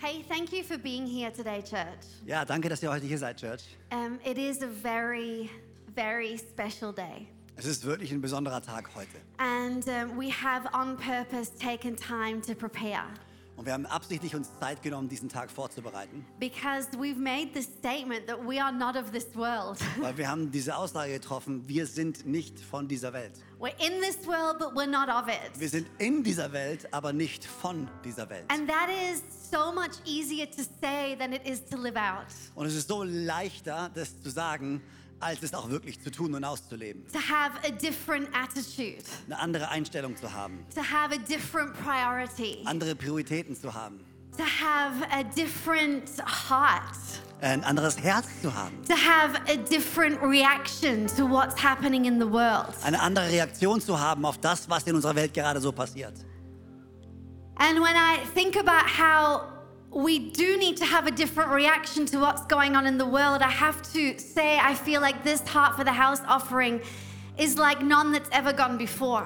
Hey, thank you for being here today, church. Ja, danke, dass ihr heute hier seid, Church. Um, it is a very, very special day. Es ist wirklich ein besonderer Tag heute. And um, we have on purpose taken time to prepare Und wir haben absichtlich uns Zeit genommen, diesen Tag vorzubereiten, because we've made the statement that we are not of this world. weil wir haben diese Aussage getroffen, wir sind nicht von dieser Welt. we're in this world, but we're not of Wir it. sind in dieser Welt, aber nicht von dieser Welt. And that is so much easier to say than it is to live out. Und es ist so leichter, das zu sagen, als es auch wirklich zu tun und auszuleben. To have a different attitude, Eine andere Einstellung zu haben, to have a different priority, andere Prioritäten zu haben, to have a different heart. ein anderes Herz zu haben, to have a different reaction to what's happening in the world. eine andere Reaktion zu haben auf das, was in unserer Welt gerade so passiert. And when I think about how we do need to have a different reaction to what's going on in the world, I have to say I feel like this Heart for the House offering is like none that's ever gone before.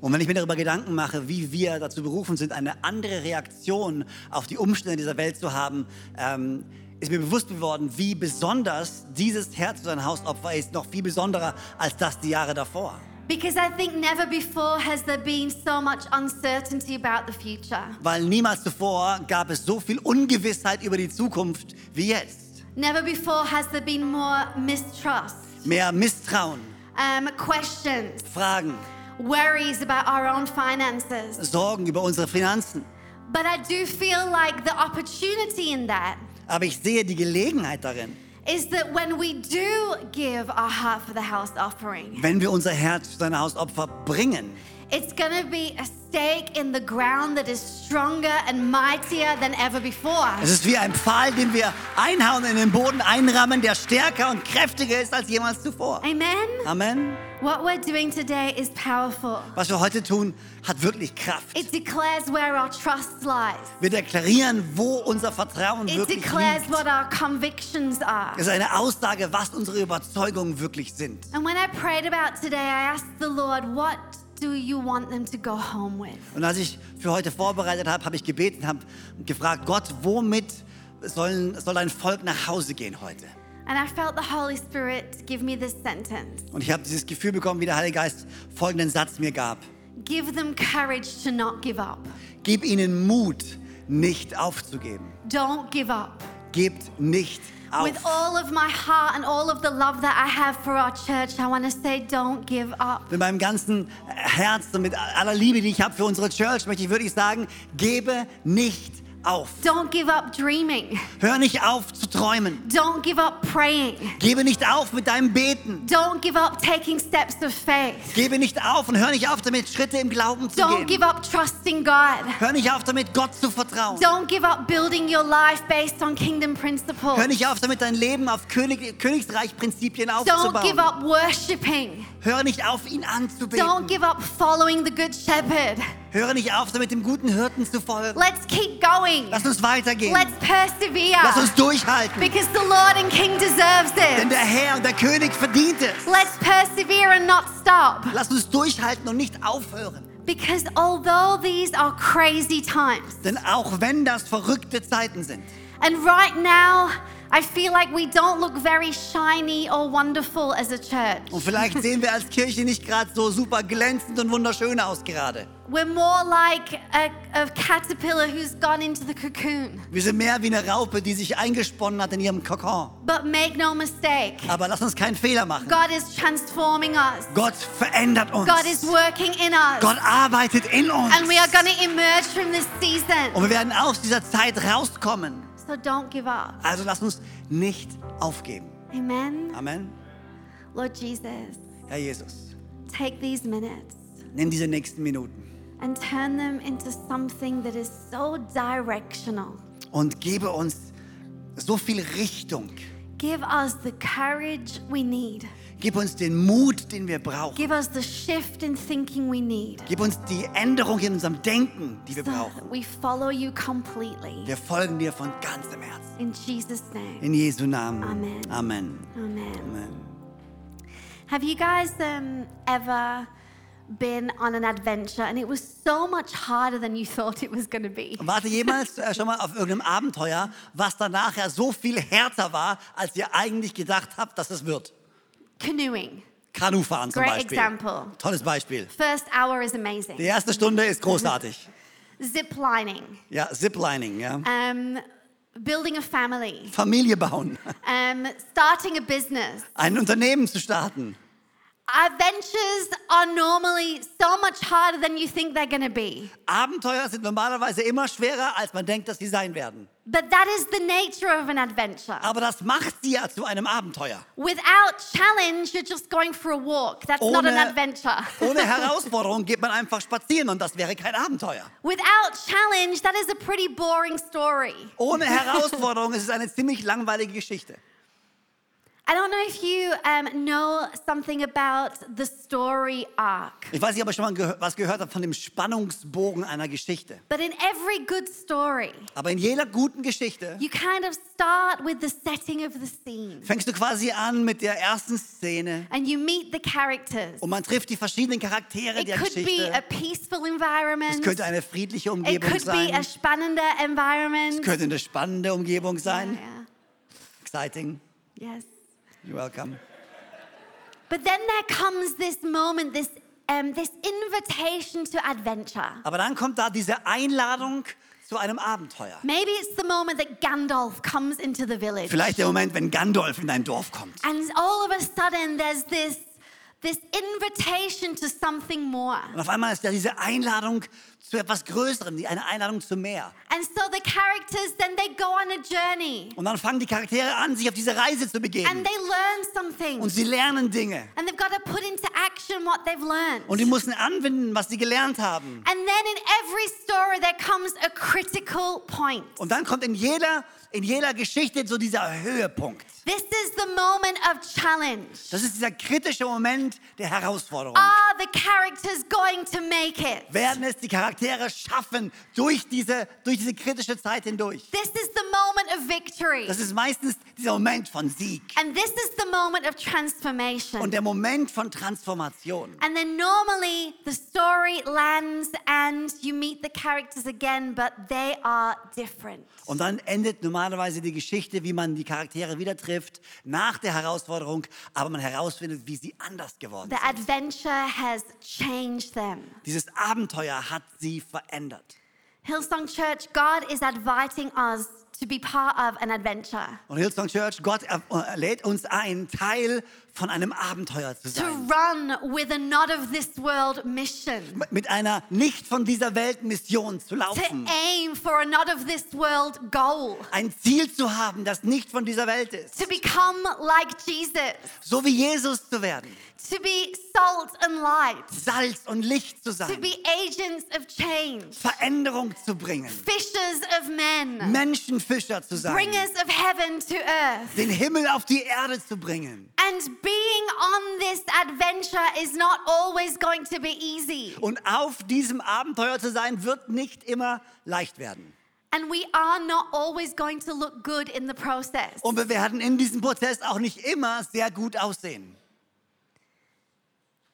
Und wenn ich mir darüber Gedanken mache, wie wir dazu berufen sind, eine andere Reaktion auf die Umstände dieser Welt zu haben, ähm, ist mir bewusst geworden, wie besonders dieses Herz für sein Hausopfer ist, noch viel besonderer als das die Jahre davor. Because I think never before has there been so much uncertainty about the future. Weil niemals zuvor gab es so viel Ungewissheit über die Zukunft wie jetzt. Never before has there been more mistrust, Mehr Misstrauen, um, questions, Fragen, worries about our own finances. Sorgen über unsere Finanzen. But I do feel like the opportunity in that Aber ich sehe die Gelegenheit darin, is that when we do give our heart for the house offering, wenn wir unser Herz für sein Hausopfer bringen, it's gonna be a stake in the ground that is stronger and mightier than ever before. Es ist wie ein Pfahl, den wir einhauen in den Boden, einrammen, der stärker und kräftiger ist als jemals zuvor. Amen? Amen. What we're doing today is powerful. Was wir heute tun, hat wirklich Kraft. It declares where our trust lies, Wir deklarieren, wo unser Vertrauen it wirklich declares liegt. what our convictions are. Es ist eine Aussage, was unsere Überzeugungen wirklich sind. And when I prayed about today, I asked the Lord, what do you want them to go home with? Und als ich für heute vorbereitet habe, habe ich gebeten, habe gefragt, Gott, womit sollen, soll dein Volk nach Hause gehen heute? And I felt the Holy Spirit give me this sentence. Und ich habe dieses Gefühl bekommen, wie der Heilige Geist folgenden Satz mir gab. Give them courage to not give up. Gib ihnen Mut, nicht aufzugeben. Don't give up. Gebt nicht With auf. all of my heart and all of the love that I have for our church, I want to say, don't give up. Mit meinem ganzen Herzen, mit aller Liebe, die ich habe für unsere Church, möchte ich wirklich sagen, gebe nicht auf. Don't give up dreaming. Hör nicht auf zu träumen. Don't give up praying. Gebe nicht auf mit deinem Beten. Don't give up taking steps of faith. Gebe nicht auf und hör nicht auf damit, Schritte im Glauben zu Don't gehen. give up trusting God. Hör nicht auf damit, Gott zu vertrauen. Don't give up building your life based on kingdom principles. Hör nicht auf damit, dein Leben auf König, Königsreich-Prinzipien Don't give aufzubauen. up worshiping. Hör nicht auf, ihn anzubeten. Don't give up following the Good Shepherd. Höre nicht auf, damit dem guten Hirten zu folgen. Let's keep going. Lass uns weitergehen. Let's persevere. Lass uns durchhalten. Because the Lord and King deserves Denn it. der Herr und der König verdient es. Let's persevere and not stop. Lass uns durchhalten und nicht aufhören. Because although these are crazy times, Denn auch wenn das verrückte Zeiten sind. and right now, I feel like we don't look very shiny or wonderful as a church. Und vielleicht sehen wir als Kirche nicht gerade so super glänzend und wunderschön aus gerade. We're more like a, a caterpillar who's gone into the cocoon. Wir sind mehr wie eine Raupe, die sich eingesponnen hat in ihrem Kokon. But make no mistake, Aber lass uns keinen Fehler machen. God is transforming us, Gott verändert uns. God is working in us, Gott arbeitet in uns. and we are going to emerge from this Und season. wir werden aus dieser Zeit rauskommen. So don't give up. Also lass uns nicht aufgeben. Amen. Amen. Lord Jesus, Herr Jesus, take these minutes nimm diese nächsten Minuten and turn them into something that is so directional. und gebe uns so viel Richtung. Give us the courage we need. Gib uns den Mut, den wir brauchen. Give us the shift in thinking we need. Gib uns die Änderung in unserem Denken, die wir So brauchen. that we follow you completely. Wir folgen dir von ganzem Herzen. In Jesus' name. In Jesu Namen. Amen. Amen. Amen. Amen. Have you guys um, ever been on an adventure and it was so much harder than you thought it was going to be? Warte jemals äh, schon mal auf irgendeinem Abenteuer, was dann nachher so viel härter war, als ihr eigentlich gedacht habt, dass es wird. Canoeing. Kanufahren zum Great Beispiel. example. Tolles Beispiel. First hour is amazing. Die erste Stunde ist großartig. Zip lining. Ja, Ziplining, ja. Um, building a family. Familie bauen. Um, starting a business. Ein Unternehmen zu starten. Adventures are normally so much harder than you think they're going to be. Abenteuer sind normalerweise immer schwerer, als man denkt, dass sie sein werden. But that is the nature of an adventure. Aber das macht sie ja zu einem Abenteuer. Without challenge, you're just going for a walk. That's not an Ohne- adventure. Ohne Herausforderung geht man einfach spazieren und das wäre kein Abenteuer. Without challenge, that is a pretty boring story. Ohne Herausforderung ist es eine ziemlich langweilige Geschichte. I don't know if you um, know something about the story arc, Ich weiß nicht, ob ihr schon mal gehö- was gehört habt von dem Spannungsbogen einer Geschichte. but in every good story, Aber in jeder guten Geschichte you kind of start with the setting of the scene fängst du quasi an mit der ersten Szene and you meet the characters. und man trifft die verschiedenen Charaktere It der could be a Geschichte. peaceful Es environment, könnte eine friedliche it Umgebung could be a sein. spannender Es environment. könnte eine spannende Umgebung Yeah, sein. yeah. Exciting. Yes. You're welcome. But then there comes this moment, this, um, this invitation to adventure. Aber dann kommt da diese Einladung zu einem Abenteuer. Maybe it's the moment that Gandalf comes into the village. Vielleicht der Moment, wenn Gandalf in dein Dorf kommt. And all of a sudden, there's this, this invitation to something more. Und auf einmal ist da diese Einladung zu etwas Größerem, die- eine Einladung zu mehr. And so the characters then they go on a journey Und dann fangen die Charaktere an, sich auf diese Reise zu and begeben. they learn something. Und sie lernen Dinge. And they've got to put into action what they've learned. Und die müssen anwenden, was sie gelernt haben. And then in every story, there comes a critical point. Und dann kommt in jeder, in jeder Geschichte so dieser Höhepunkt. This is the moment of challenge. Das ist dieser kritische Moment der Herausforderung. Are the characters going to make it? Werden es die Charaktere schaffen durch diese, durch diese kritische Zeit hindurch? This is the moment of victory. Das ist meistens dieser Moment von Sieg And this is the moment of und transformation. der Moment von Transformation. And then normally the story lands and you meet the characters again, but they are different. Und dann endet normalerweise die Geschichte, wie man die Charaktere wieder trifft, nach der Herausforderung, aber man herausfindet, wie sie anders geworden The sind. adventure has changed them. Dieses Abenteuer hat sie verändert. Hillsong Church, God is inviting us to be part of an adventure, Und Hillsong Church, Gott er- äh, lädt uns ein, Teil von einem Abenteuer zu to sein. run with a not of this world mission, M- Mit einer nicht von dieser Welt Mission zu to laufen. aim for a not of this world goal. Ein Ziel zu haben, das nicht von dieser Welt ist. to become like Jesus, So wie Jesus zu werden. to be salt and light, Salz und Licht zu to sein. be agents of change, Veränderung zu bringen. fishers of men, Menschenfischer zu sein. bringers of heaven to earth. Den Himmel auf die Erde zu bringen. And being on this adventure is not always going to be easy. Und auf diesem Abenteuer zu sein, wird nicht immer leicht werden. And we are not always going to look good in the process. Und wir werden in diesem Prozess auch nicht immer sehr gut aussehen.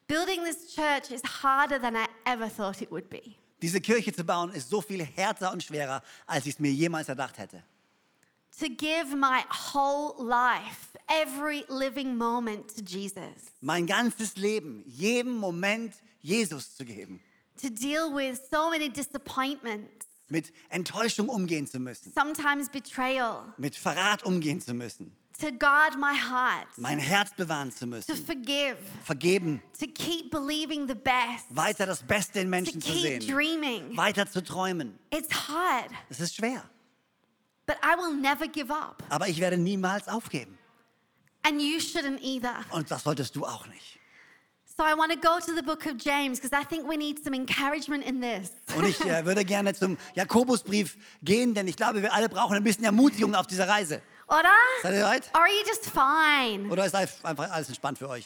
Building this church is harder than I ever thought it would be. Diese Kirche zu bauen ist so viel härter und schwerer, als ich es mir jemals erdacht hätte. To give my whole life, every living moment to Jesus. Mein ganzes Leben, jeden Moment Jesus zu geben, to deal with so many disappointments, mit Enttäuschung umgehen zu müssen, sometimes betrayal, mit Verrat umgehen zu müssen, to guard my heart, mein Herz bewahren zu to müssen, forgive, vergeben, to keep believing the best, weiter das Beste in to Menschen zu sehen, keep dreaming. weiter zu träumen. It's hard, Es ist schwer, but I will never give up. aber ich werde niemals aufgeben. And you shouldn't either. Und das solltest du auch nicht. So I want to go to the book of James because I think we need some encouragement in this. Und ich äh, würde gerne zum Jakobusbrief gehen, denn ich glaube, wir alle brauchen ein bisschen Ermutigung auf dieser Reise. Oder? Seid ihr bereit? Or are you just fine? Oder ist live einfach alles entspannt für euch?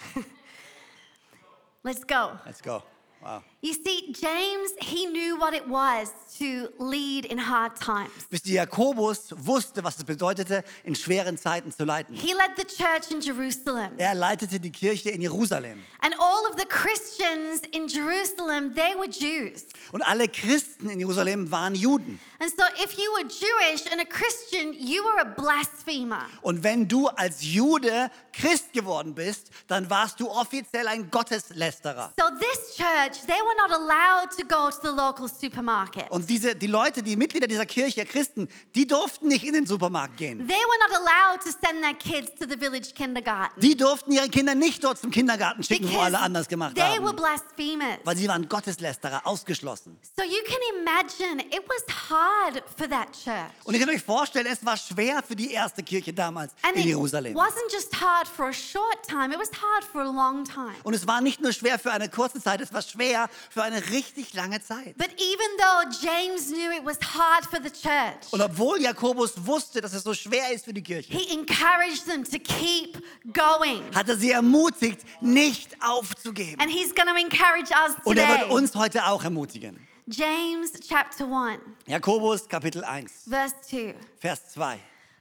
Let's go. Let's go. Wow. You see, James, he knew what it was to lead in hard times. Wisst ihr, Jakobus wusste, was es bedeutete, in schweren Zeiten zu leiten. He led the church in Jerusalem. Er leitete die Kirche in Jerusalem. And all of the Christians in Jerusalem, they were Jews. Und alle Christen in Jerusalem waren Juden. And so if you were Jewish and a Christian, you were a blasphemer. Und wenn du als Jude Christ geworden bist, dann warst du offiziell ein Gotteslästerer. So this church, they were not allowed to go to the local supermarket. Und diese, die Leute, die Mitglieder dieser Kirche, Christen, die durften nicht in den Supermarkt gehen. They were not allowed to send their kids to the village kindergarten Die durften ihre Kinder nicht dort zum Kindergarten schicken, wo alle anders gemacht they were haben. blasphemers. Weil sie waren Gotteslästerer, ausgeschlossen. So you can imagine it was hard for that church. Und ihr könnt euch vorstellen, es war schwer für die erste Kirche damals And in it Jerusalem. wasn't just hard for a short time, it was hard for a long time. Und es war nicht nur schwer für eine kurze Zeit, es war schwer für eine richtig lange Zeit. But even though James knew it was hard for the church, Und obwohl Jakobus wusste, dass es so schwer ist für die Kirche, he encouraged them to keep going. hat er sie ermutigt, nicht aufzugeben. And he's going to encourage us Und er wird today. uns heute auch ermutigen. James chapter 1, Jakobus Kapitel 1, verse 2. Vers 2.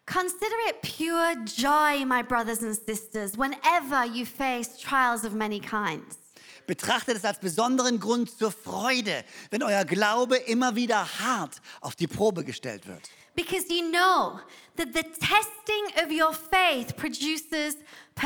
Consider it pure joy, my brothers and sisters, whenever you face trials of many kinds. Betrachtet es als besonderen Grund zur Freude, wenn euer Glaube immer wieder hart auf die Probe gestellt wird. Because you know that the testing of your faith produces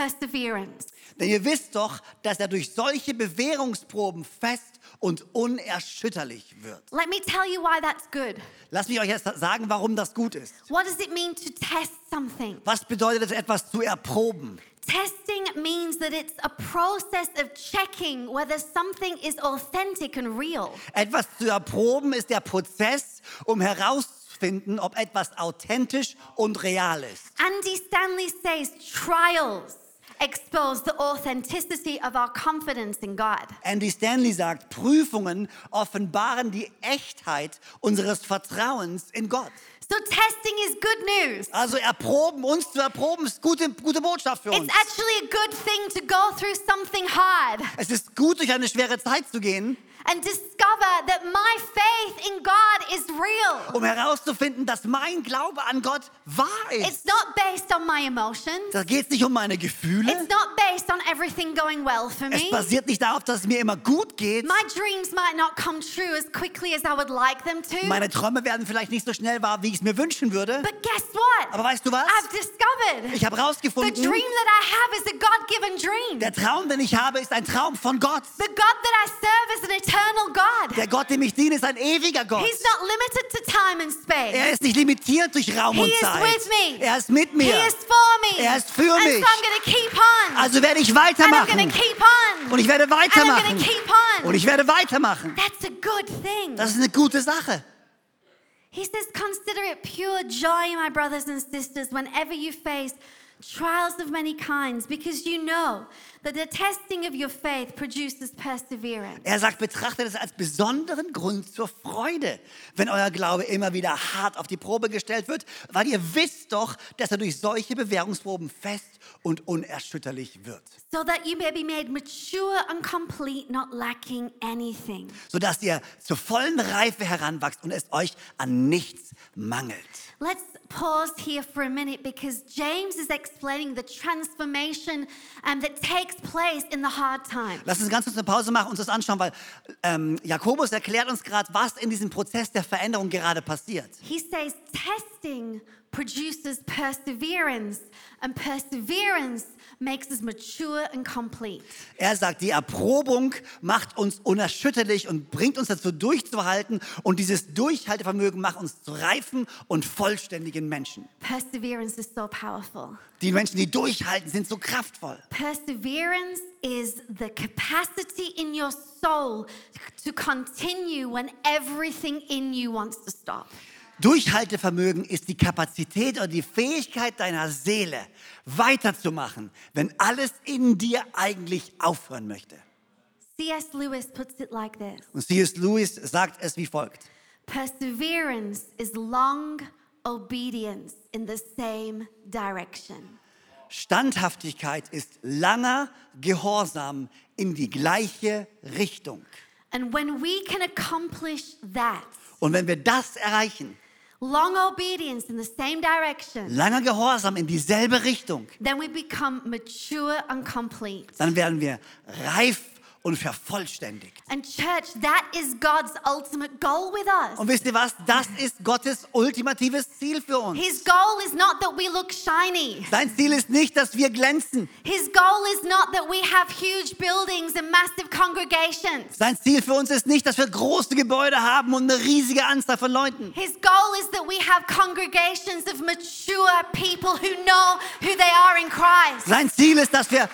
perseverance. Denn ihr wisst doch, dass er durch solche Bewährungsproben fest und unerschütterlich wird. Let me tell you why that's good. Lass mich euch jetzt sagen, warum das gut ist. What does it mean to test something? Was bedeutet es, etwas zu erproben? Testing means that it's a process of checking whether something is authentic and real. Etwas zu erproben ist der Prozess, um herauszufinden, ob etwas authentisch und real ist. Andy Stanley says trials expose the authenticity of our confidence in God. Andy Stanley sagt, Prüfungen offenbaren die Echtheit unseres Vertrauens in Gott. So testing is good news. Also erproben, uns zu erproben, ist gute, gute Botschaft für uns. It's actually a good thing to go through something hard Es ist gut, durch eine schwere Zeit zu gehen, and discover that my faith in God is real. um herauszufinden, dass mein Glaube an Gott wahr ist. It's not based on my emotions. Da geht es nicht um meine Gefühle. It's not based on everything going well for Es me. basiert nicht darauf, dass es mir immer gut geht. My dreams might not come true as quickly as I would like them to. Meine Träume werden vielleicht nicht so schnell wahr, wie ich es mir wünschen würde. But guess what? Aber weißt du was? I've discovered Ich habe the herausgefunden, dream that I have is a God given dream. der Traum, den ich habe, ist ein Traum von Gott. The God that I serve is an eternal God. Der Gott, dem ich diene, ist ein ewiger Gott. He's not limited to time and space. Er ist nicht limitiert durch Raum He und is Zeit. with me. Er ist mit He mir. is for me. Er ist für and mich. so I'm going to keep on. Also werde ich and I'm going weitermachen. to keep on. Und ich werde and I'm going weitermachen. to keep on. Und ich werde weitermachen. That's a good thing. Das ist eine gute Sache. He says, Consider it pure joy, my brothers and sisters, whenever you face trials of many kinds, because you know that the testing of your faith produces perseverance. Er sagt, betrachtet es als besonderen Grund zur Freude, wenn euer Glaube immer wieder hart auf die Probe gestellt wird, weil ihr wisst doch, dass er durch solche Bewährungsproben fest und unerschütterlich wird, So that you may be made mature and complete, not lacking anything. sodass ihr zur vollen Reife heranwachst und es euch an nichts mangelt. Let's pause here for a minute because James is explaining the transformation um, that takes place in the hard times. Lass uns ganz kurz eine Pause machen und uns das anschauen, weil ähm, Jakobus erklärt uns gerade, was in diesem Prozess der Veränderung gerade passiert. He says testing produces perseverance, and perseverance makes us mature and complete. Er sagt, die Erprobung macht uns unerschütterlich und bringt uns dazu, durchzuhalten. Und dieses Durchhaltevermögen macht uns zu reifen und vollständigen Menschen. Perseverance is so powerful. Die Menschen, die durchhalten, sind so kraftvoll. Perseverance is the capacity in your soul to continue when everything in you wants to stop. Durchhaltevermögen ist die Kapazität oder die Fähigkeit deiner Seele, weiterzumachen, wenn alles in dir eigentlich aufhören möchte. C.S. Lewis puts it like this Und C.S. Lewis sagt es wie folgt. Perseverance is long obedience in the same direction. Standhaftigkeit ist langer Gehorsam in die gleiche Richtung. And when we can accomplish that, Und wenn wir das erreichen, long obedience in the same direction, langer Gehorsam in dieselbe Richtung, then we become mature and complete. dann werden wir reif und vervollständigt. And church, that is God's ultimate goal with us. Und wisst ihr was? Das ist Gottes ultimatives Ziel für uns. His goal is not that we look shiny. Sein Ziel ist nicht, dass wir glänzen. His goal is not that we have huge buildings and massive congregations. Sein Ziel für uns ist nicht, dass wir große Gebäude haben und eine riesige Anzahl von Leuten. His goal is that we have congregations of mature people who know who they are in Christ. Sein Ziel ist, dass wir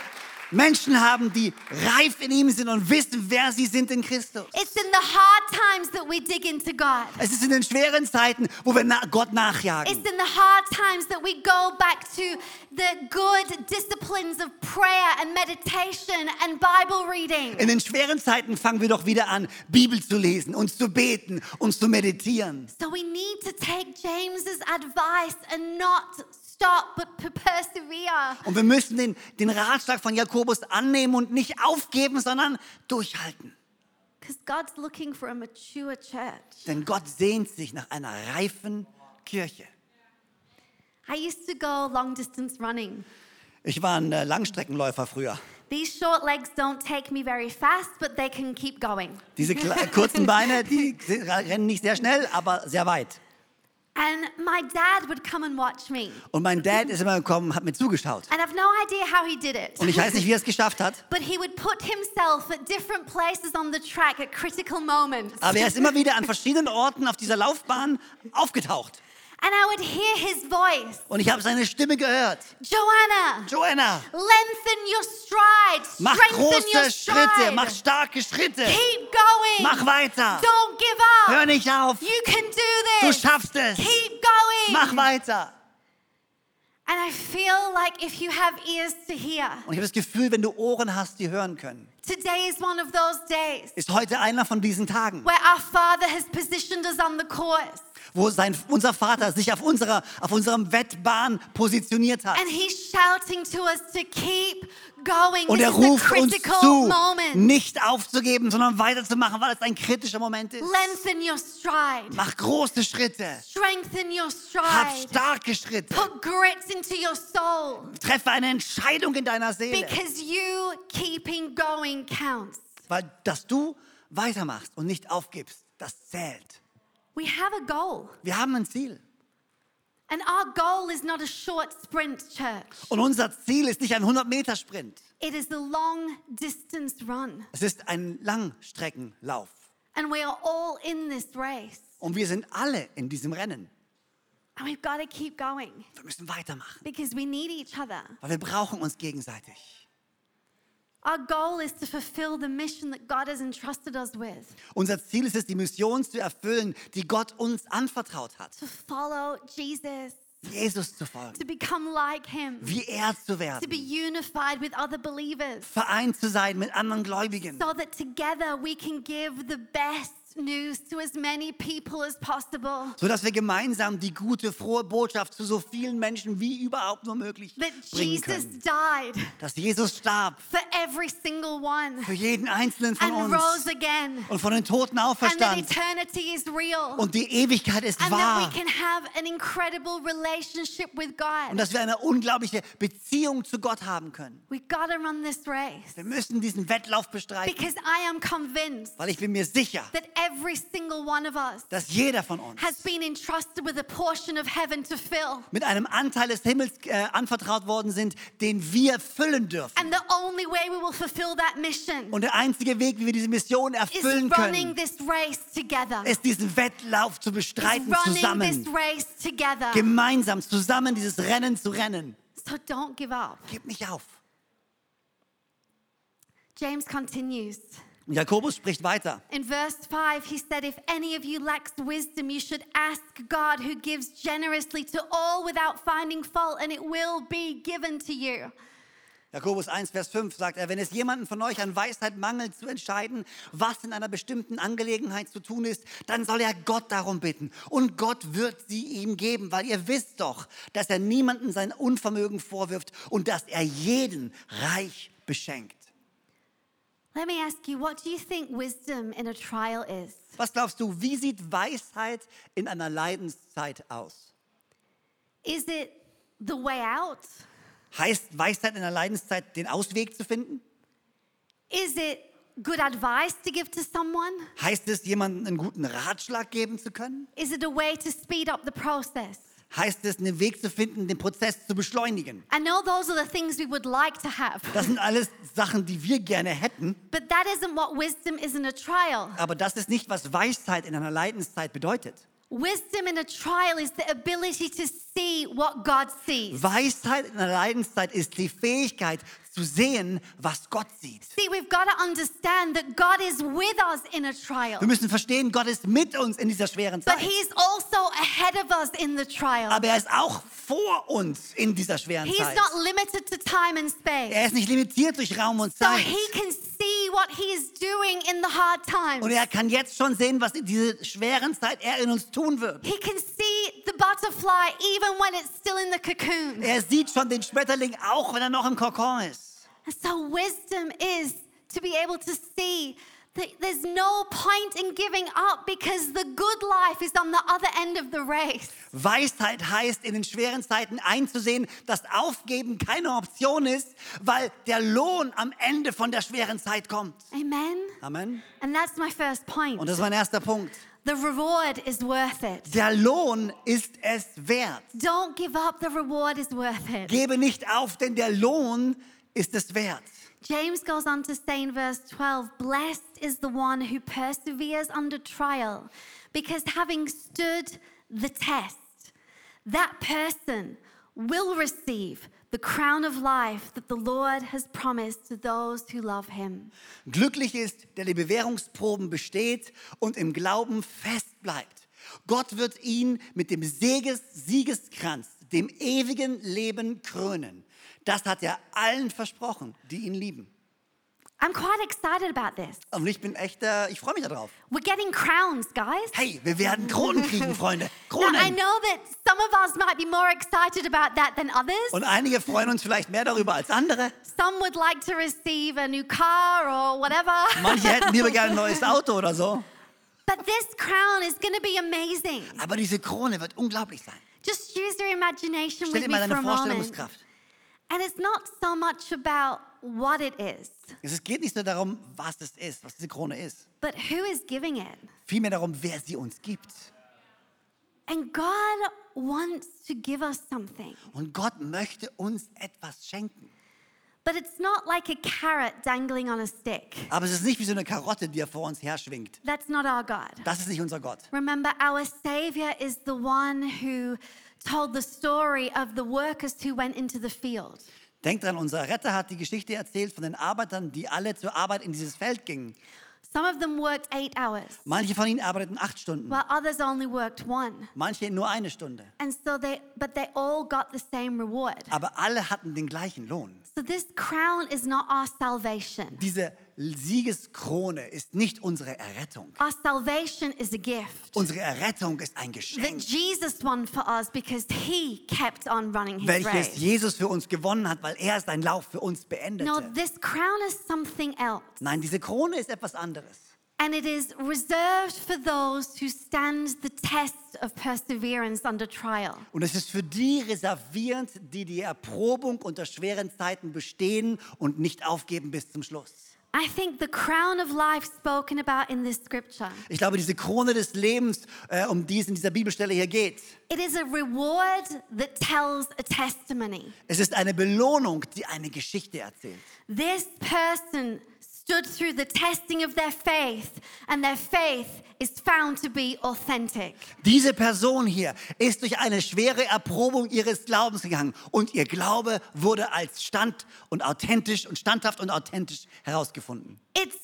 Menschen haben, die reif in ihm sind und wissen, wer sie sind in Christus. It's in the hard times that we dig into God. Es ist in den schweren Zeiten, wo wir na Gott It's nachjagen. in the hard times that we go back to the good disciplines of prayer and meditation and Bible reading. In den schweren Zeiten fangen wir doch wieder an, Bibel zu lesen, uns zu beten, uns zu meditieren. So we need to take James's advice and not stop but per- persevere. Und wir müssen den, den Ratschlag von Jakobus annehmen und nicht aufgeben, sondern durchhalten. Because God's looking for a mature church. Denn Gott sehnt sich nach einer reifen Kirche. I used to go long distance running. Ich war ein äh, Langstreckenläufer früher. These short legs don't take me very fast, but they can keep going. Diese kle- kurzen Beine, die sind- rennen nicht sehr schnell, aber sehr weit. And my dad would come and watch me. Und mein Dad ist immer gekommen, hat mir zugeschaut. And I've no idea how he did it. Und ich weiß nicht, wie er es geschafft hat, But he would put himself at different places on the track at critical moments. aber er ist immer wieder an verschiedenen Orten auf dieser Laufbahn aufgetaucht. And I would hear his voice Und ich habe seine Stimme gehört. Joanna, Joanna, lengthen your stride, mach strengthen your große Schritte, stride. mach starke Schritte. Keep going. Mach weiter. Don't give Hör up. nicht auf. You can do Du this. schaffst es. Keep going. Mach weiter. And I feel like if you have ears to hear, Und ich habe das Gefühl, wenn du Ohren hast, die hören können, today is one of those days ist heute einer von diesen Tagen, where our Father has positioned us on the course wo sein, unser Vater sich auf unserer auf unserem Wettbahn positioniert hat. and He's shouting to us to keep going. Und er this is a ruft uns critical zu, moment. nicht aufzugeben, sondern weiterzumachen, weil es ein kritischer Moment ist. Lengthen your stride, Mach große Schritte. strengthen your Hab stride, starke Schritte. put grit into your soul Treffe eine Entscheidung in deiner Seele, because you keeping going counts. weil dass du weitermachst und nicht aufgibst, das zählt. We have a goal, Wir haben ein Ziel. and our goal is not a short sprint, church. Und unser Ziel ist nicht ein 100-Meter-Sprint. It is a long distance run, Es ist ein Langstreckenlauf. and we are all in this race, Und wir sind alle in diesem Rennen. and we've got to keep going Wir müssen weitermachen, because we need each other. weil wir brauchen uns gegenseitig. Our goal is to fulfill the mission that God has entrusted us with Unser Ziel ist es, die Mission zu erfüllen, die Gott uns anvertraut hat. to follow Jesus, Jesus zu folgen, to become like Him, wie er zu to be werden, unified with other believers, vereint zu sein mit anderen Gläubigen, so that together we can give the best news to as many people as possible. sodass wir gemeinsam die gute, frohe Botschaft zu so vielen Menschen wie überhaupt nur möglich That bringen Jesus können. died Dass Jesus starb for every single one für jeden Einzelnen von and rose uns again. und von den Toten and that auferstand. eternity is real Und die Ewigkeit ist and that wahr. we can have an incredible relationship with Und God. dass wir eine unglaubliche Beziehung zu Gott haben können. We gotta run this race Wir müssen diesen Wettlauf bestreiten, because I am convinced weil ich bin mir sicher, that every single one of us dass jeder von uns has been entrusted with a portion of heaven to fill. mit einem Anteil des Himmels äh, anvertraut worden sind, den wir füllen dürfen. And the only way we will fulfill that mission Und der einzige Weg, wie wir diese Mission is erfüllen running können, this race together. ist diesen Wettlauf zu Is bestreiten running this zusammen. race together. Gemeinsam zusammen dieses Rennen zu rennen. So don't give up. Gib nicht auf. James continues. Und Jakobus spricht weiter. In verse 5, he said, If any of you lacks wisdom, you should ask God, who gives generously to all without finding fault, and it will be given to you. Jakobus 1, Vers 5 sagt er, wenn es jemanden von euch an Weisheit mangelt zu entscheiden, was in einer bestimmten Angelegenheit zu tun ist, dann soll er Gott darum bitten. Und Gott wird sie ihm geben, weil ihr wisst doch, dass er niemanden sein Unvermögen vorwirft und dass er jeden reich beschenkt. Let me ask you, what do you think wisdom in a trial is? Was glaubst du, wie sieht Weisheit in einer Leidenszeit aus? Is it the way out? Heißt Weisheit in einer Leidenszeit, den Ausweg zu finden? Is it good advice to give to someone? Heißt es, jemandem einen guten Ratschlag geben zu können? Is it a way to speed up the process? Heißt es, einen Weg zu finden, den Prozess zu beschleunigen? I know those are the things we would like to have, Das sind alles Sachen, die wir gerne hätten, but that isn't what wisdom is in a trial. aber das ist nicht, was Weisheit in einer Leidenszeit bedeutet. Wisdom in a trial is the ability to see what God sees. Weisheit in einer Leidenszeit ist die Fähigkeit zu sehen, was Gott sieht. See, we've got to understand that God is with us in a trial, Wir müssen verstehen, Gott ist mit uns in dieser schweren but Zeit. He's also ahead of us in the trial. Aber er ist auch vor uns in dieser schweren He's Zeit. not limited to time and space. Er ist nicht limitiert durch Raum und So Zeit. he can see what he's doing in the hard Und times. er kann jetzt schon sehen, was in dieser schweren Zeit er in uns tun wird. He can see the butterfly even when it's still in the cocoon. Er sieht schon den Schmetterling, auch wenn er noch im Kokon ist. And so wisdom is to be able to see that there's no point in giving up because the good life is on the other end of the race. Weisheit heißt, in den schweren Zeiten einzusehen, dass Aufgeben keine Option ist, weil der Lohn am Ende von der schweren Zeit kommt. Amen. Amen. And that's my first point. Und das ist mein erster Punkt. The reward is worth it. Der Lohn ist es wert. Don't give up, the reward is worth it. Gebe nicht auf, denn der Lohn ist es wert. James goes on to say in verse 12, Blessed is the one who perseveres under trial, because having stood the test, that person will receive the crown of life that the Lord has promised to those who love him. Glücklich ist, der die Bewährungsproben besteht und im Glauben fest bleibt. Gott wird ihn mit dem Sieges Siegeskranz, dem ewigen Leben krönen. Das hat er allen versprochen, die ihn lieben. I'm quite excited about this. Und ich bin echt, äh, ich freue mich darauf. We're getting crowns, guys. Hey, wir werden Kronen kriegen, Freunde. Now, I Kronen. know that some of us might be more excited about that than others. Und einige freuen uns vielleicht mehr darüber als andere. Some would like to receive a new car or whatever. Manche hätten lieber gerne ein neues Auto oder so. But this crown is going to be amazing. Aber diese Krone wird unglaublich sein. Just use your imagination Stell with dir me mal for deine a moment. Vorstellungskraft. And it's not so much about what it is, Es geht nicht nur darum, was es ist, was diese Krone ist. but who is giving it. vielmehr darum, wer sie uns gibt. And God wants to give us something, Und Gott möchte uns etwas schenken. but it's not like a carrot dangling on a stick. Aber es ist nicht wie so eine Karotte, die er vor uns herschwingt. That's not our God. Das ist nicht unser Gott. Remember, our Savior is the one who told the story of the workers who went into the field. Denkt dran, unser Retter hat die Geschichte erzählt von den Arbeitern, die alle zur Arbeit in dieses Feld gingen. Some of them worked eight hours, Manche von ihnen arbeiteten acht Stunden, while others only worked one. manche nur eine Stunde. And so they, but they all got the same reward. Aber alle hatten den gleichen Lohn. So this crown is not our salvation. Diese Siegeskrone ist nicht unsere Errettung. Our salvation is a gift Unsere Errettung ist ein that Geschenk, Jesus won for us because he kept on running his welches race. Jesus für uns gewonnen hat, weil er seinen Lauf für uns No, beendete. this crown is something else, Nein, diese Krone ist etwas anderes. and it is reserved for those who stand the test of perseverance under trial. Und es ist für die reservierend, die die Erprobung unter schweren Zeiten bestehen und nicht aufgeben bis zum Schluss. I think the crown of life spoken about in this scripture, Ich glaube, diese Krone des Lebens, äh, um die es in dieser Bibelstelle hier geht, it is a reward that tells a testimony. es ist eine Belohnung, die eine Geschichte erzählt. This person stood through the testing of their faith, and their faith is found to be authentic. Diese Person hier ist durch eine schwere Erprobung ihres Glaubens gegangen und ihr Glaube wurde als stand und authentisch und standhaft und authentisch herausgefunden. It's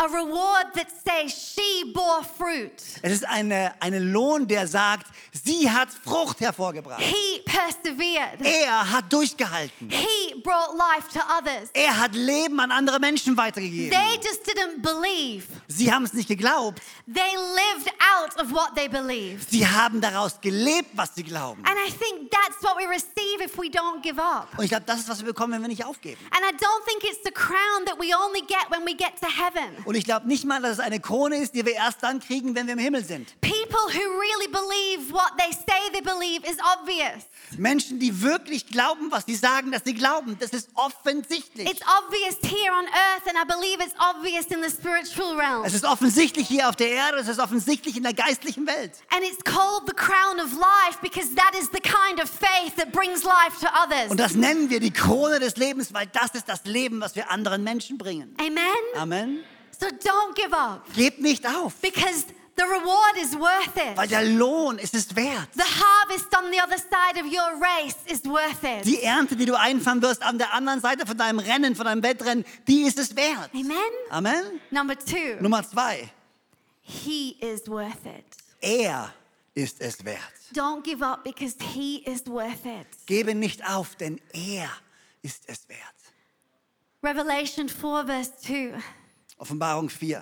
a reward that says she bore fruit. Es ist eine, eine Lohn, der sagt, sie hat Frucht hervorgebracht. He persevered. Er hat durchgehalten. He brought life to others. Er hat Leben an andere Menschen weitergegeben. They just didn't believe. Sie haben es nicht geglaubt. They lived out of what they believed. Sie haben daraus gelebt, was sie glauben. And I think that's what we receive if we don't give up. Und ich glaube, das ist, was wir bekommen, wenn wir nicht aufgeben. And I don't think it's the crown that we only get when we get to heaven. Und ich glaube nicht mal, dass es eine Krone ist, die wir erst dann kriegen, wenn wir im Himmel sind. People who really believe what they say they believe is obvious. Menschen, die wirklich glauben, was sie sagen, dass sie glauben, das ist offensichtlich. It's obvious here on earth, and I believe it's obvious in the spiritual realm. Es ist offensichtlich hier auf der Erde, es ist offensichtlich in der geistlichen Welt. And it's called the crown of life because that is the kind of faith that brings life to others. Und das nennen wir die Krone des Lebens, weil das ist das Leben, was wir anderen Menschen bringen. Amen? Amen. So don't give up Gebt nicht auf, because the reward is worth weil it. der Lohn ist es wert. The harvest on the other side of your race is worth it. Die Ernte, die du einfahren wirst an der anderen Seite von deinem Rennen, von deinem Wettrennen, die ist es wert. Amen? Amen. Number two, Nummer zwei. he is worth it. Er ist es wert. Don't give up because he is worth it. Gebe nicht auf, denn er ist es wert. Revelation 4, verse 2 Offenbarung 4.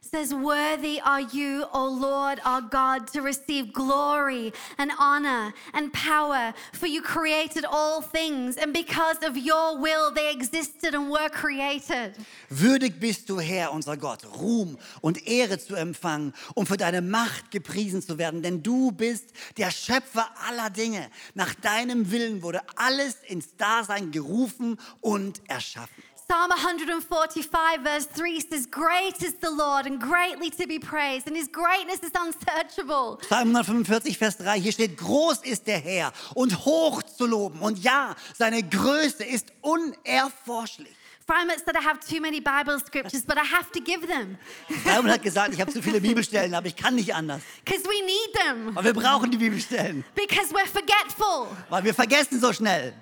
says, Worthy are you, O Lord our God, to receive glory and honor and power, for you created all things, and because of your will they existed and were created. Würdig bist du, Herr, unser Gott, Ruhm und Ehre zu empfangen, um für deine Macht gepriesen zu werden. Denn du bist der Schöpfer aller Dinge. Nach deinem Willen wurde alles ins Dasein gerufen und erschaffen. Psalm 145, verse 3 says, Great is the Lord and greatly to be praised, and his greatness is unsearchable. Psalm 145, Vers 3, hier steht, groß ist der Herr und hoch zu loben. Und ja, seine Größe ist unerforschlich. Primates that I have too many Bible scriptures, but I have to give them Simon hat gesagt, ich habe zu viele Bibelstellen, aber ich kann nicht anders. because we need them, Aber wir brauchen die Bibelstellen, because we're forgetful. weil wir vergessen so schnell.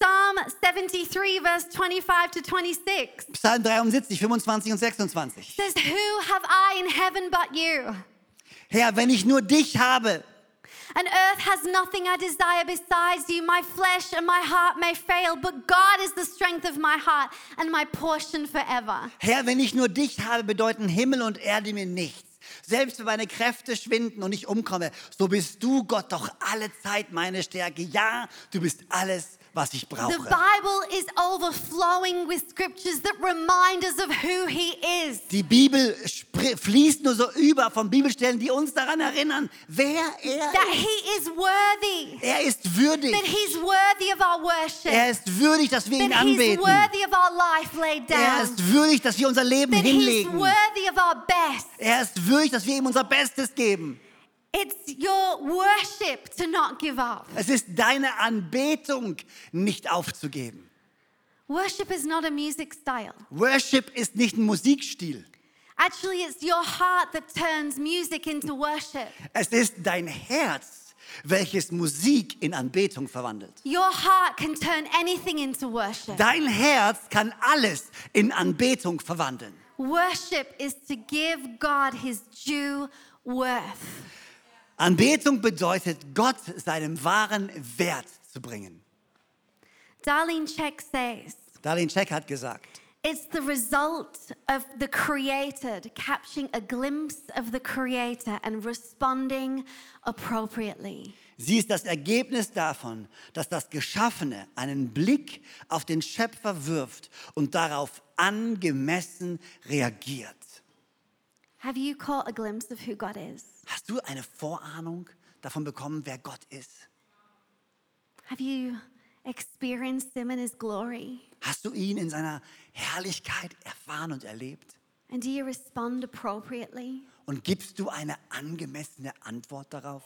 Psalm 73, verse 25 to 26 Psalm 73, 25 und 26. says, Who have I in heaven but you? Herr, wenn ich nur dich habe, And earth has nothing I desire besides you. My flesh and my heart may fail, but God is the strength of my heart and my portion forever. Herr, wenn ich nur dich habe, bedeuten Himmel und Erde mir nichts. Selbst wenn meine Kräfte schwinden und ich umkomme, so bist du, Gott, doch alle Zeit meine Stärke. Ja, du bist alles, was ich The brauche. Bible is overflowing with scriptures that remind us of who He is. Die Bibel spri- fließt nur so über von Bibelstellen, die uns daran erinnern, wer er That ist. He is worthy. Er ist würdig. That He's worthy of our Er worship. ist würdig, dass wir ihn That He's anbeten. worthy of our life laid Er down. ist würdig, dass wir unser Leben That He's hinlegen. worthy of our best. Er ist würdig, dass wir ihm unser Bestes geben. It's your worship to not give up. Es ist deine Anbetung, nicht aufzugeben. Worship is not a music style. Worship ist nicht ein Musikstil. Actually, it's your heart that turns music into worship. Es ist dein Herz, welches Musik in Anbetung verwandelt. Your heart can turn anything into worship. Dein Herz kann alles in Anbetung verwandeln. Worship is to give God his due worth. Anbetung bedeutet, Gott seinem wahren Wert zu bringen. Darlene Check says, Darlene Check hat gesagt, it's the result of the created catching a glimpse of the creator and responding appropriately. sie ist das Ergebnis davon, dass das Geschaffene einen Blick auf den Schöpfer wirft und darauf angemessen reagiert. Have you caught a glimpse of who God is? Hast du eine Vorahnung davon bekommen, wer Gott ist? Have you experienced him in his glory? Hast du ihn in seiner Herrlichkeit erfahren und erlebt? And do you respond appropriately? Und gibst du eine angemessene Antwort darauf?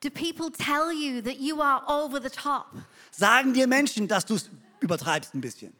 Do people tell you that you are over the top? Sagen dir Menschen, dass du es übertreibst ein bisschen?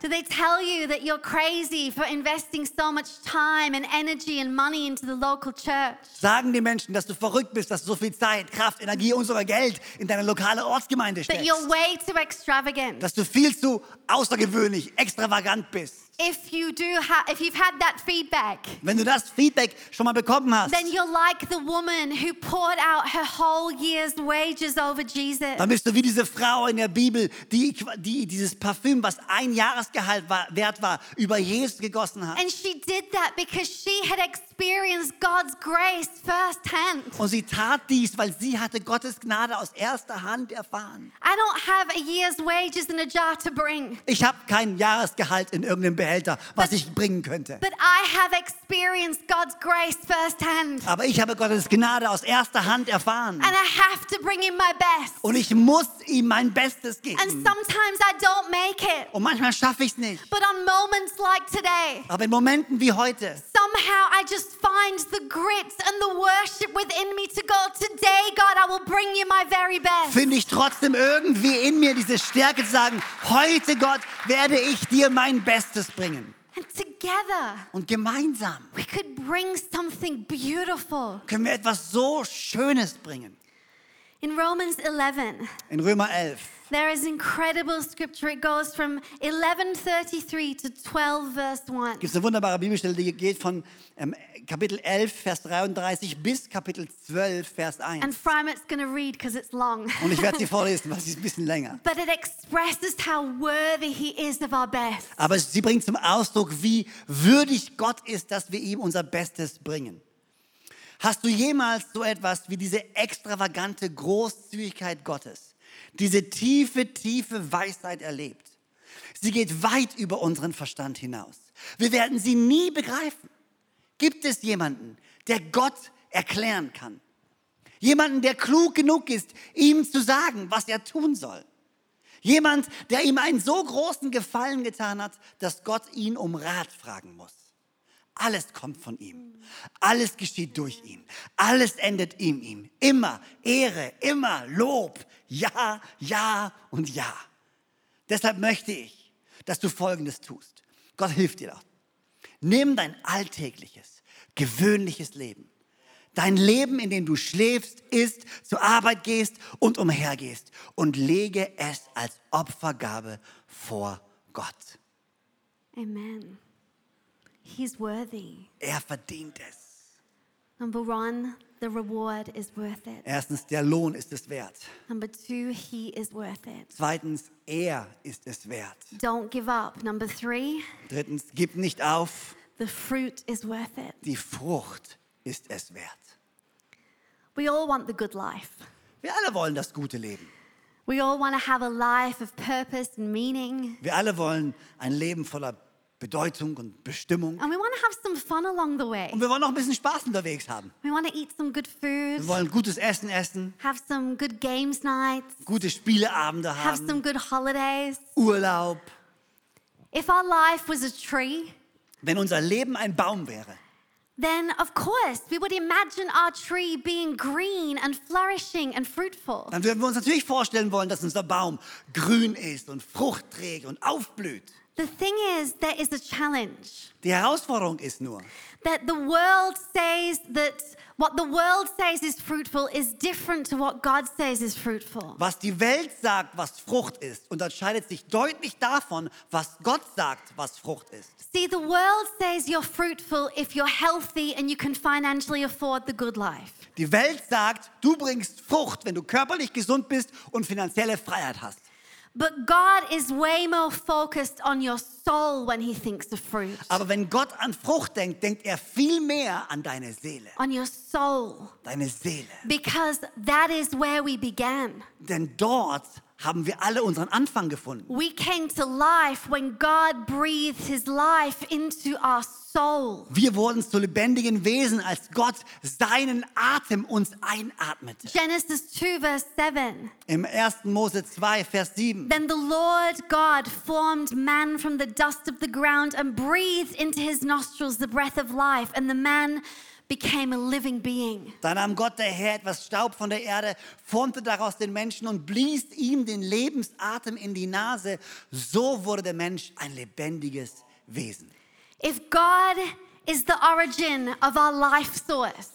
Do they tell you that you're crazy for investing so much time and energy and money into the local church? Sagen dir Menschen, dass du verrückt bist, dass du so viel Zeit, Kraft, Energie und sogar Geld in deine lokale Ortsgemeinde That steckst? you're way too extravagant? Dass du viel zu außergewöhnlich, extravagant bist? If you do ha- if you've had that feedback, Wenn du das Feedback schon mal bekommen hast, then you're like the woman who poured out her whole year's wages over Jesus. dann bist du wie diese Frau in der Bibel, die, die dieses Parfüm, was ein Jahresgehalt war, wert war, über Jesus gegossen hat. And she did that because she had experienced God's grace firsthand. Und sie tat dies, weil sie hatte Gottes Gnade aus erster Hand erfahren. I don't have a year's wages in a jar to bring, Ich habe kein Jahresgehalt in irgendeinem Behälter, was ich bringen könnte. but I have experienced God's grace firsthand. Aber ich habe Gottes Gnade aus erster Hand erfahren. And I have to bring in my best. Und ich muss ihm mein Bestes And geben. sometimes I don't make it. Und manchmal schaffe ich es nicht. But on moments like today, Aber in Momenten wie heute somehow I just find the grit and the worship within me to go, today, God, I will bring you my very best. finde ich trotzdem irgendwie in mir diese Stärke zu sagen, heute Gott werde ich dir mein Bestes bringen. And together, Und gemeinsam we could bring something beautiful. können wir etwas so Schönes bringen. In Romans 11, In Römer 11, there is incredible scripture. It goes from 11:33 to 12 verse 1. gibt es eine wunderbare Bibelstelle, die geht von ähm, Kapitel 11, Vers 33 bis Kapitel 12, Vers 1. And Frymert's going to read because it's long. Und ich werde sie vorlesen, weil sie ist ein bisschen länger. but it expresses how worthy he is of our best. Aber sie bringt zum Ausdruck, wie würdig Gott ist, dass wir ihm unser Bestes bringen. Hast du jemals so etwas wie diese extravagante Großzügigkeit Gottes, diese tiefe, tiefe Weisheit erlebt? Sie geht weit über unseren Verstand hinaus. Wir werden sie nie begreifen. Gibt es jemanden, der Gott erklären kann? Jemanden, der klug genug ist, ihm zu sagen, was er tun soll? Jemand, der ihm einen so großen Gefallen getan hat, dass Gott ihn um Rat fragen muss. Alles kommt von ihm. Alles geschieht durch ihn. Alles endet in ihm. Immer Ehre, immer Lob. Ja, ja und ja. Deshalb möchte ich, dass du Folgendes tust. Gott hilft dir da. Nimm dein alltägliches, gewöhnliches Leben. Dein Leben, in dem du schläfst, isst, zur Arbeit gehst und umhergehst und lege es als Opfergabe vor Gott. Amen. He's worthy. Er verdient es. Number one, the reward is worth it. Erstens, der Lohn ist es wert. Number two, he is worth it. Zweitens, er ist es wert. Don't give up. Number three, Drittens, gib nicht auf, the fruit is worth it. die Frucht ist es wert. We all want the good life. Wir alle wollen das gute Leben. We all want to have a life of purpose and meaning. Wir alle wollen ein Leben voller Bedeutung und Bestimmung. And we want to have some fun along the way. Und wir wollen noch ein bisschen Spaß unterwegs haben. We want to eat some good food, Wir wollen gutes Essen essen, have some good games nights, gute Spieleabende have haben, some good holidays. Urlaub. If our life was a tree, Wenn unser Leben ein Baum wäre, then of course we would imagine our tree being green and flourishing and fruitful. dann würden wir uns natürlich vorstellen wollen, dass unser Baum grün ist und Frucht trägt und aufblüht. The thing is, there is a challenge Die Herausforderung ist nur, that the world says that what the world says is fruitful is different to what God says is fruitful. was die Welt sagt, was Frucht ist, unterscheidet sich deutlich davon, was Gott sagt, was Frucht ist. See, the world says you're fruitful if you're healthy and you can financially afford the good life. Die Welt sagt, du bringst Frucht, wenn du körperlich gesund bist und finanzielle Freiheit hast. But God is way more focused on your soul when He thinks of fruit. Aber wenn Gott an Frucht denkt, denkt er viel mehr an deine Seele. On your soul, Deine Seele. because that is where we began. Denn dort haben wir alle unseren Anfang gefunden. We came to life when God breathed His life into our soul. Wir wurden zu lebendigen Wesen, als Gott seinen Atem uns einatmete. Genesis 2, verse 7. Im 1. Mose 2, Vers 7. Then the Lord God formed man from the dust of the ground and breathed into his nostrils the breath of life, and the man became a living being. Da nahm Gott der Herr etwas Staub von der Erde, formte daraus den Menschen und blies ihm den Lebensatem in die Nase. So wurde der Mensch ein lebendiges Wesen. If God is the origin of our life source,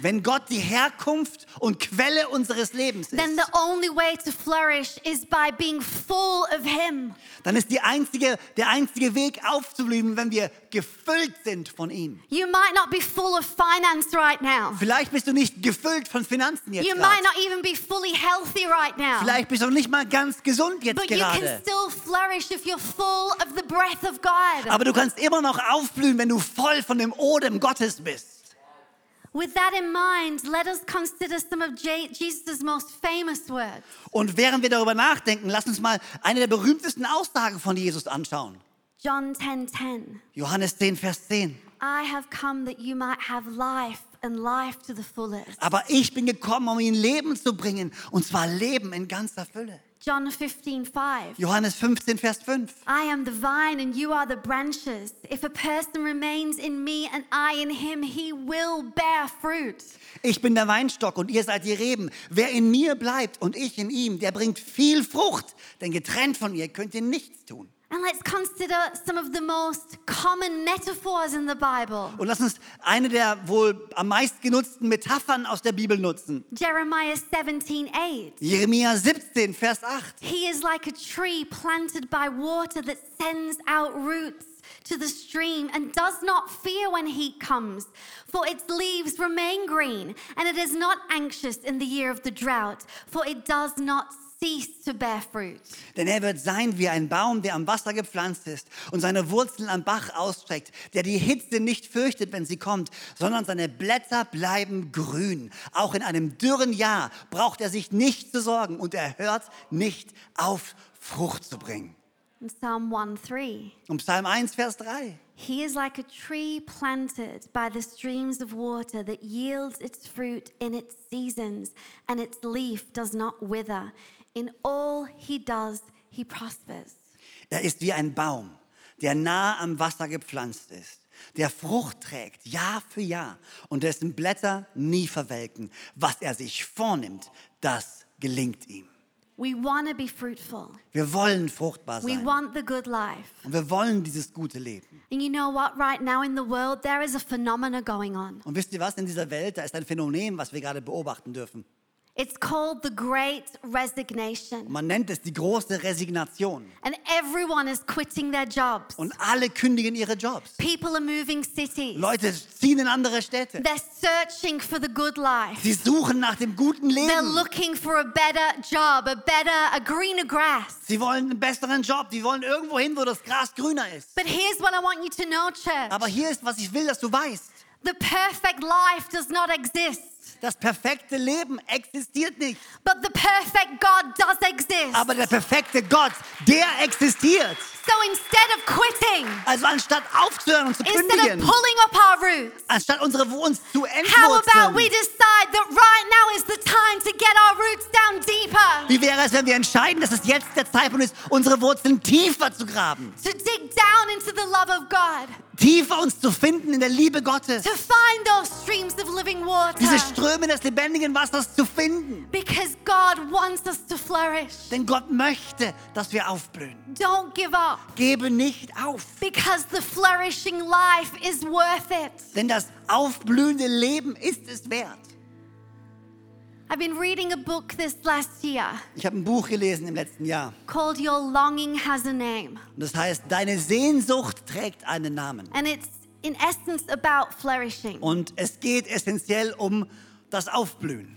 Wenn Gott die Herkunft und Quelle unseres Lebens ist, then the only way to flourish is by being full of Him. dann ist die einzige, der einzige Weg aufzublühen, wenn wir gefüllt sind von ihm. You might not be full of finance right now. Vielleicht bist du nicht gefüllt von Finanzen jetzt You might gerade. not even be fully healthy right now. Vielleicht bist du nicht mal ganz gesund jetzt But you can gerade. still flourish if you're full of the breath of God. Aber du kannst immer noch aufblühen, wenn du voll von dem Odem Gottes bist. With that in mind, let us consider some of Je- Jesus' most famous words. Und während wir darüber nachdenken, lass uns mal eine der berühmtesten Aussagen von Jesus anschauen. John 10:10. Johannes 10, Vers 10. I have come that you might have life and life to the fullest. Aber ich bin gekommen, um ihnen Leben zu bringen. Und zwar Leben in ganzer Fülle. John 15:5. Johannes 15, Vers 5. I am the vine and you are the branches. If a person remains in me and I in him, he will bear fruit. Ich bin der Weinstock und ihr seid die Reben. Wer in mir bleibt und ich in ihm, der bringt viel Frucht. Denn getrennt von mir könnt ihr nichts tun. And let's consider some of the most common metaphors in the Bible. Und lass uns eine der wohl am meisten genutzten Metaphern aus der Bibel nutzen. Jeremiah 17 8. Jeremia 17, Vers 8. He is like a tree planted by water that sends out roots to the stream and does not fear when heat comes, for its leaves remain green, and it is not anxious in the year of the drought, for it does not cease to bear fruit. Denn er wird sein wie ein Baum, der am Wasser gepflanzt ist und seine Wurzeln am Bach ausstreckt, der die Hitze nicht fürchtet, wenn sie kommt, sondern seine Blätter bleiben grün. Auch in einem dürren Jahr braucht er sich nicht zu sorgen und er hört nicht auf, Frucht zu bringen. In Psalm 1 3, Und Psalm 1, Vers 3. he is like a tree planted by the streams of water that yields its fruit in its seasons, and its leaf does not wither. In all he does, he prospers. Er ist wie ein Baum, der nah am Wasser gepflanzt ist, der Frucht trägt, Jahr für Jahr, und dessen Blätter nie verwelken. Was er sich vornimmt, das gelingt ihm. We want to be fruitful, Wir wollen fruchtbar we sein. want the good life. Und wir wollen dieses gute Leben. And you know what? Right now in the world, there is a phenomena going on. Und wisst ihr was? In dieser Welt, da ist ein Phänomen, was wir gerade beobachten dürfen. It's called the Great Und Resignation. man nennt es die große Resignation. And everyone is quitting their jobs. Und alle kündigen ihre Jobs. People are moving cities. Leute ziehen in andere Städte. They're searching for the good life. Sie suchen nach dem guten They're Leben. looking for a better job, a better, a greener grass. Sie wollen einen besseren Job. Sie wollen irgendwo hin, wo das Gras grüner ist. But here's what I want you to know, church Aber hier ist, was ich will, dass du weißt. the perfect life does not exist, Das perfekte Leben existiert nicht. but the perfect God does exist. Aber der perfekte Gott, der existiert. So instead of quitting, Also anstatt aufzuhören und zu instead of kündigen, pulling up our roots, anstatt unsere uns zu how about we entwurzeln, decide that right now is the time to get our roots down deeper, Wie wäre es, wenn wir entscheiden, dass es jetzt der Zeitpunkt ist, unsere Wurzeln tiefer zu graben, to dig down into the love of God, tiefer uns zu finden in der Liebe Gottes, to find those streams of living water? diese Ströme des lebendigen Wassers zu finden? Because God wants us to flourish. Denn Gott möchte, dass wir aufblühen. Don't give up. Gebe nicht auf, Because the flourishing life is worth it. denn das aufblühende Leben ist es wert. I've been reading a book this last year Ich habe ein Buch gelesen im letzten Jahr called Your Longing Has a Name. und das heißt, deine Sehnsucht trägt einen Namen. And it's in essence about flourishing. Und es geht essentiell um das Aufblühen.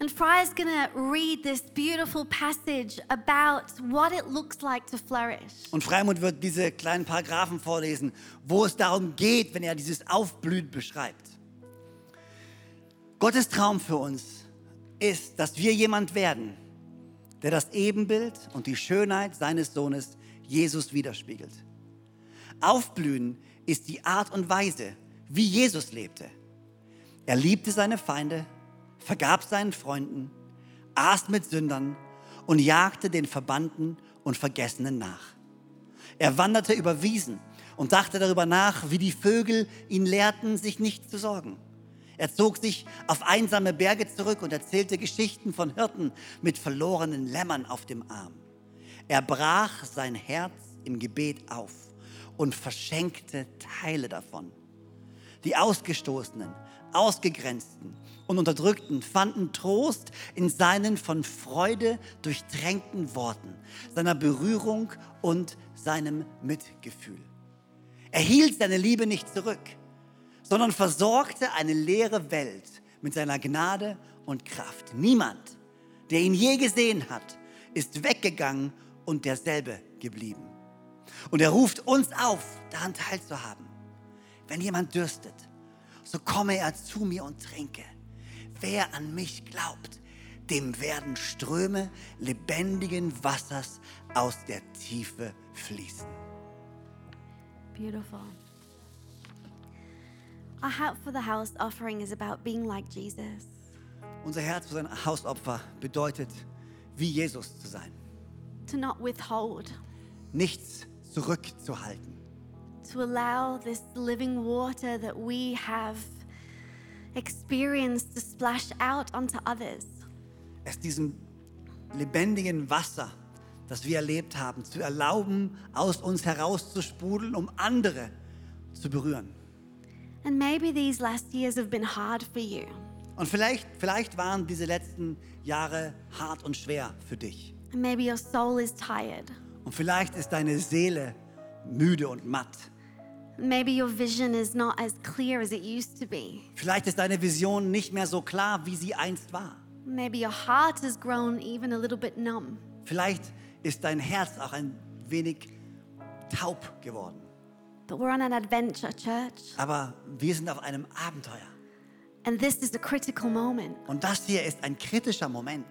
And Friar's gonna read this beautiful passage about what it looks like to flourish. Und Freimund wird diese kleinen Paragraphen vorlesen, wo es darum geht, wenn er dieses Aufblühen beschreibt. Gottes Traum für uns ist, dass wir jemand werden, der das Ebenbild und die Schönheit seines Sohnes Jesus widerspiegelt. Aufblühen ist die Art und Weise, wie Jesus lebte. Er liebte seine Feinde, vergab seinen Freunden, aß mit Sündern und jagte den Verbannten und Vergessenen nach. Er wanderte über Wiesen und dachte darüber nach, wie die Vögel ihn lehrten, sich nicht zu sorgen. Er zog sich auf einsame Berge zurück und erzählte Geschichten von Hirten mit verlorenen Lämmern auf dem Arm. Er brach sein Herz im Gebet auf und verschenkte Teile davon. Die Ausgestoßenen, Ausgegrenzten und Unterdrückten fanden Trost in seinen von Freude durchtränkten Worten, seiner Berührung und seinem Mitgefühl. Er hielt seine Liebe nicht zurück, sondern versorgte eine leere Welt mit seiner Gnade und Kraft. Niemand, der ihn je gesehen hat, ist weggegangen und derselbe geblieben. Und er ruft uns auf, daran teilzuhaben. Wenn jemand dürstet, so komme er zu mir und trinke. Wer an mich glaubt, dem werden Ströme lebendigen Wassers aus der Tiefe fließen. Beautiful. Our Heart for the House offering is about being like Jesus. Unser Herz für sein Hausopfer bedeutet, wie Jesus zu sein. to not withhold, Nichts zurückzuhalten. to allow this living water that we have experienced to splash out onto others, Es diesem lebendigen Wasser, das wir erlebt haben, zu erlauben, aus uns herauszusprudeln, um andere zu berühren. And maybe these last years have been hard for you. Und vielleicht, vielleicht waren diese letzten Jahre hart und schwer für dich. And maybe your soul is tired. Und vielleicht ist deine Seele müde und matt. Maybe your vision is not as clear as it used to be. Vielleicht ist deine Vision nicht mehr so klar, wie sie einst war. Maybe your heart has grown even a little bit numb. Vielleicht ist dein Herz auch ein wenig taub geworden. But we're on an adventure, church. Aber wir sind auf einem Abenteuer. And this is a critical moment. Und das hier ist ein kritischer Moment.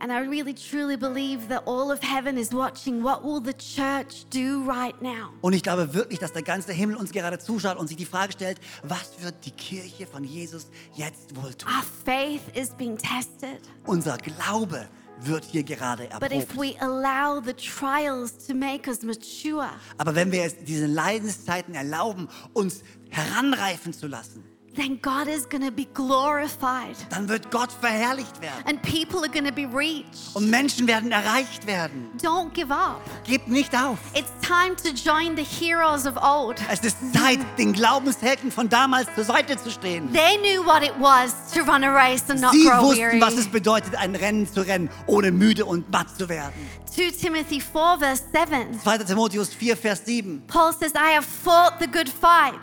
And I really truly believe that all of heaven is watching. What will the church do right now? Und ich glaube wirklich, dass der ganze Himmel uns gerade zuschaut und sich die Frage stellt, was wird die Kirche von Jesus jetzt wohl tun? Our faith is being tested. Unser Glaube wird hier gerade But if erprobt. we allow the trials to make us mature, Aber wenn wir es diesen Leidenszeiten erlauben, uns heranreifen zu lassen, then God is going to be glorified dann wird Gott verherrlicht werden. and people are going to be reached. Und Menschen werden erreicht werden. Don't give up. Gebt nicht auf. It's time to join the heroes of old. Es ist Zeit, den Glaubenshelden von damals zur Seite zu stehen. They knew what it was to run a race and not Sie grow wussten, weary. was es bedeutet, ein Rennen zu rennen, ohne müde und matt zu werden. 2 Timothy 4, verse 7. 2. Timotheus 4, Vers 7. Paul says, I have fought the good fight.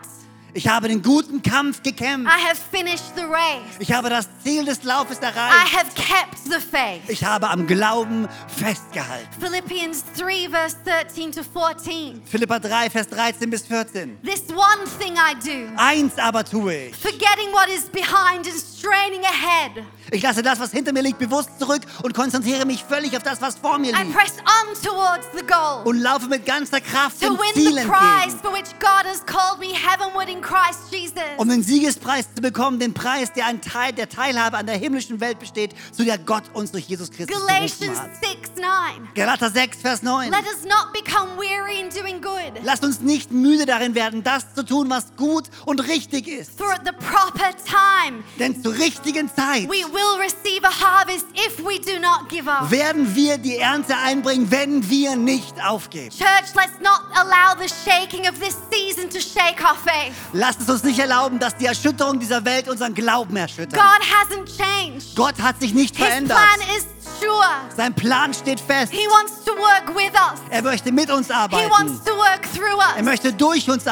Ich habe den guten Kampf gekämpft. I have finished the race. Ich habe das Ziel des Laufes I erreicht. have kept the faith. Ich habe am Glauben festgehalten. Philippians 3, verse 13 to 14. Philippa 3, Vers 13 bis 14. This one thing I do, Eins aber tue ich. forgetting what is behind and straining ahead. Ich lasse das, was hinter mir liegt, bewusst zurück und konzentriere mich völlig auf das, was vor mir I liegt. press on towards the goal Und laufe mit ganzer Kraft to dem win Ziel the prize entgegen. for which God has called me heavenward in Christ Jesus. Um den Siegespreis zu bekommen, den Preis, der ein Teil der Teilhabe an der himmlischen Welt besteht, zu der Gott uns durch Jesus Christus berufen Galatians hat. 6 9. Galater 6, Vers 9. Let us not become weary in doing good, Lasst uns nicht müde darin werden, das zu tun, was gut und richtig ist. for at the proper time Denn zur richtigen Zeit we will receive a harvest if we do not give up. werden wir die Ernte einbringen, wenn wir nicht aufgeben. Church, let's not allow the shaking of this season to shake our faith. Lasst es uns nicht erlauben, dass die Erschütterung dieser Welt unseren Glauben erschüttert. God hasn't changed. Gott hat sich nicht His verändert. plan is sure. Sein Plan steht fest. He wants to work with us. Er möchte mit uns He wants arbeiten. to work through Er us. möchte durch uns And he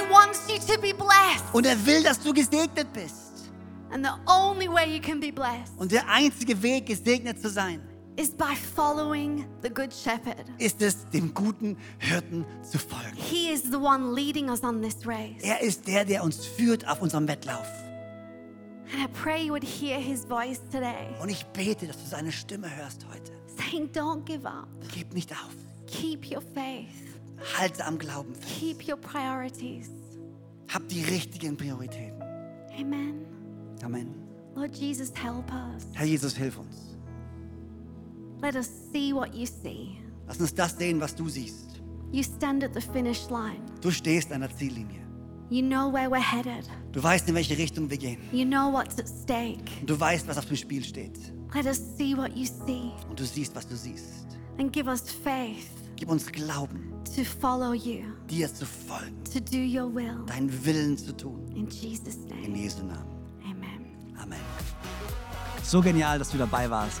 arbeiten. wants you to be blessed. Und er will, dass du gesegnet bist. And the only way you can be blessed Und der einzige Weg, gesegnet zu sein, is by following the Good Shepherd. ist es, dem guten Hirten zu folgen. He is the one leading us on this race. Er ist der, der uns führt auf unserem Wettlauf. And I pray you would hear his voice today Und ich bete, dass du seine Stimme hörst heute. saying, Don't give up. Gib nicht auf. Keep your faith, Halte am Glauben fest. keep your priorities. Hab die richtigen Prioritäten. Amen. Amen. Lord Jesus, help us. Herr Jesus, hilf uns. Let us see what you see. Lass uns das sehen, was du siehst. You stand at the finish line. Du stehst an der Ziellinie. You know where we're headed. Du weißt, in welche Richtung wir gehen. You know what's at stake. Und du weißt, was auf dem Spiel steht. Let us see what you see Und du siehst, was du siehst. and give us faith Gib uns Glauben, to follow you, dir zu folgen, to do your will. deinen Willen zu tun. In Jesus' In name. Jesu Namen. So genial, dass du dabei warst.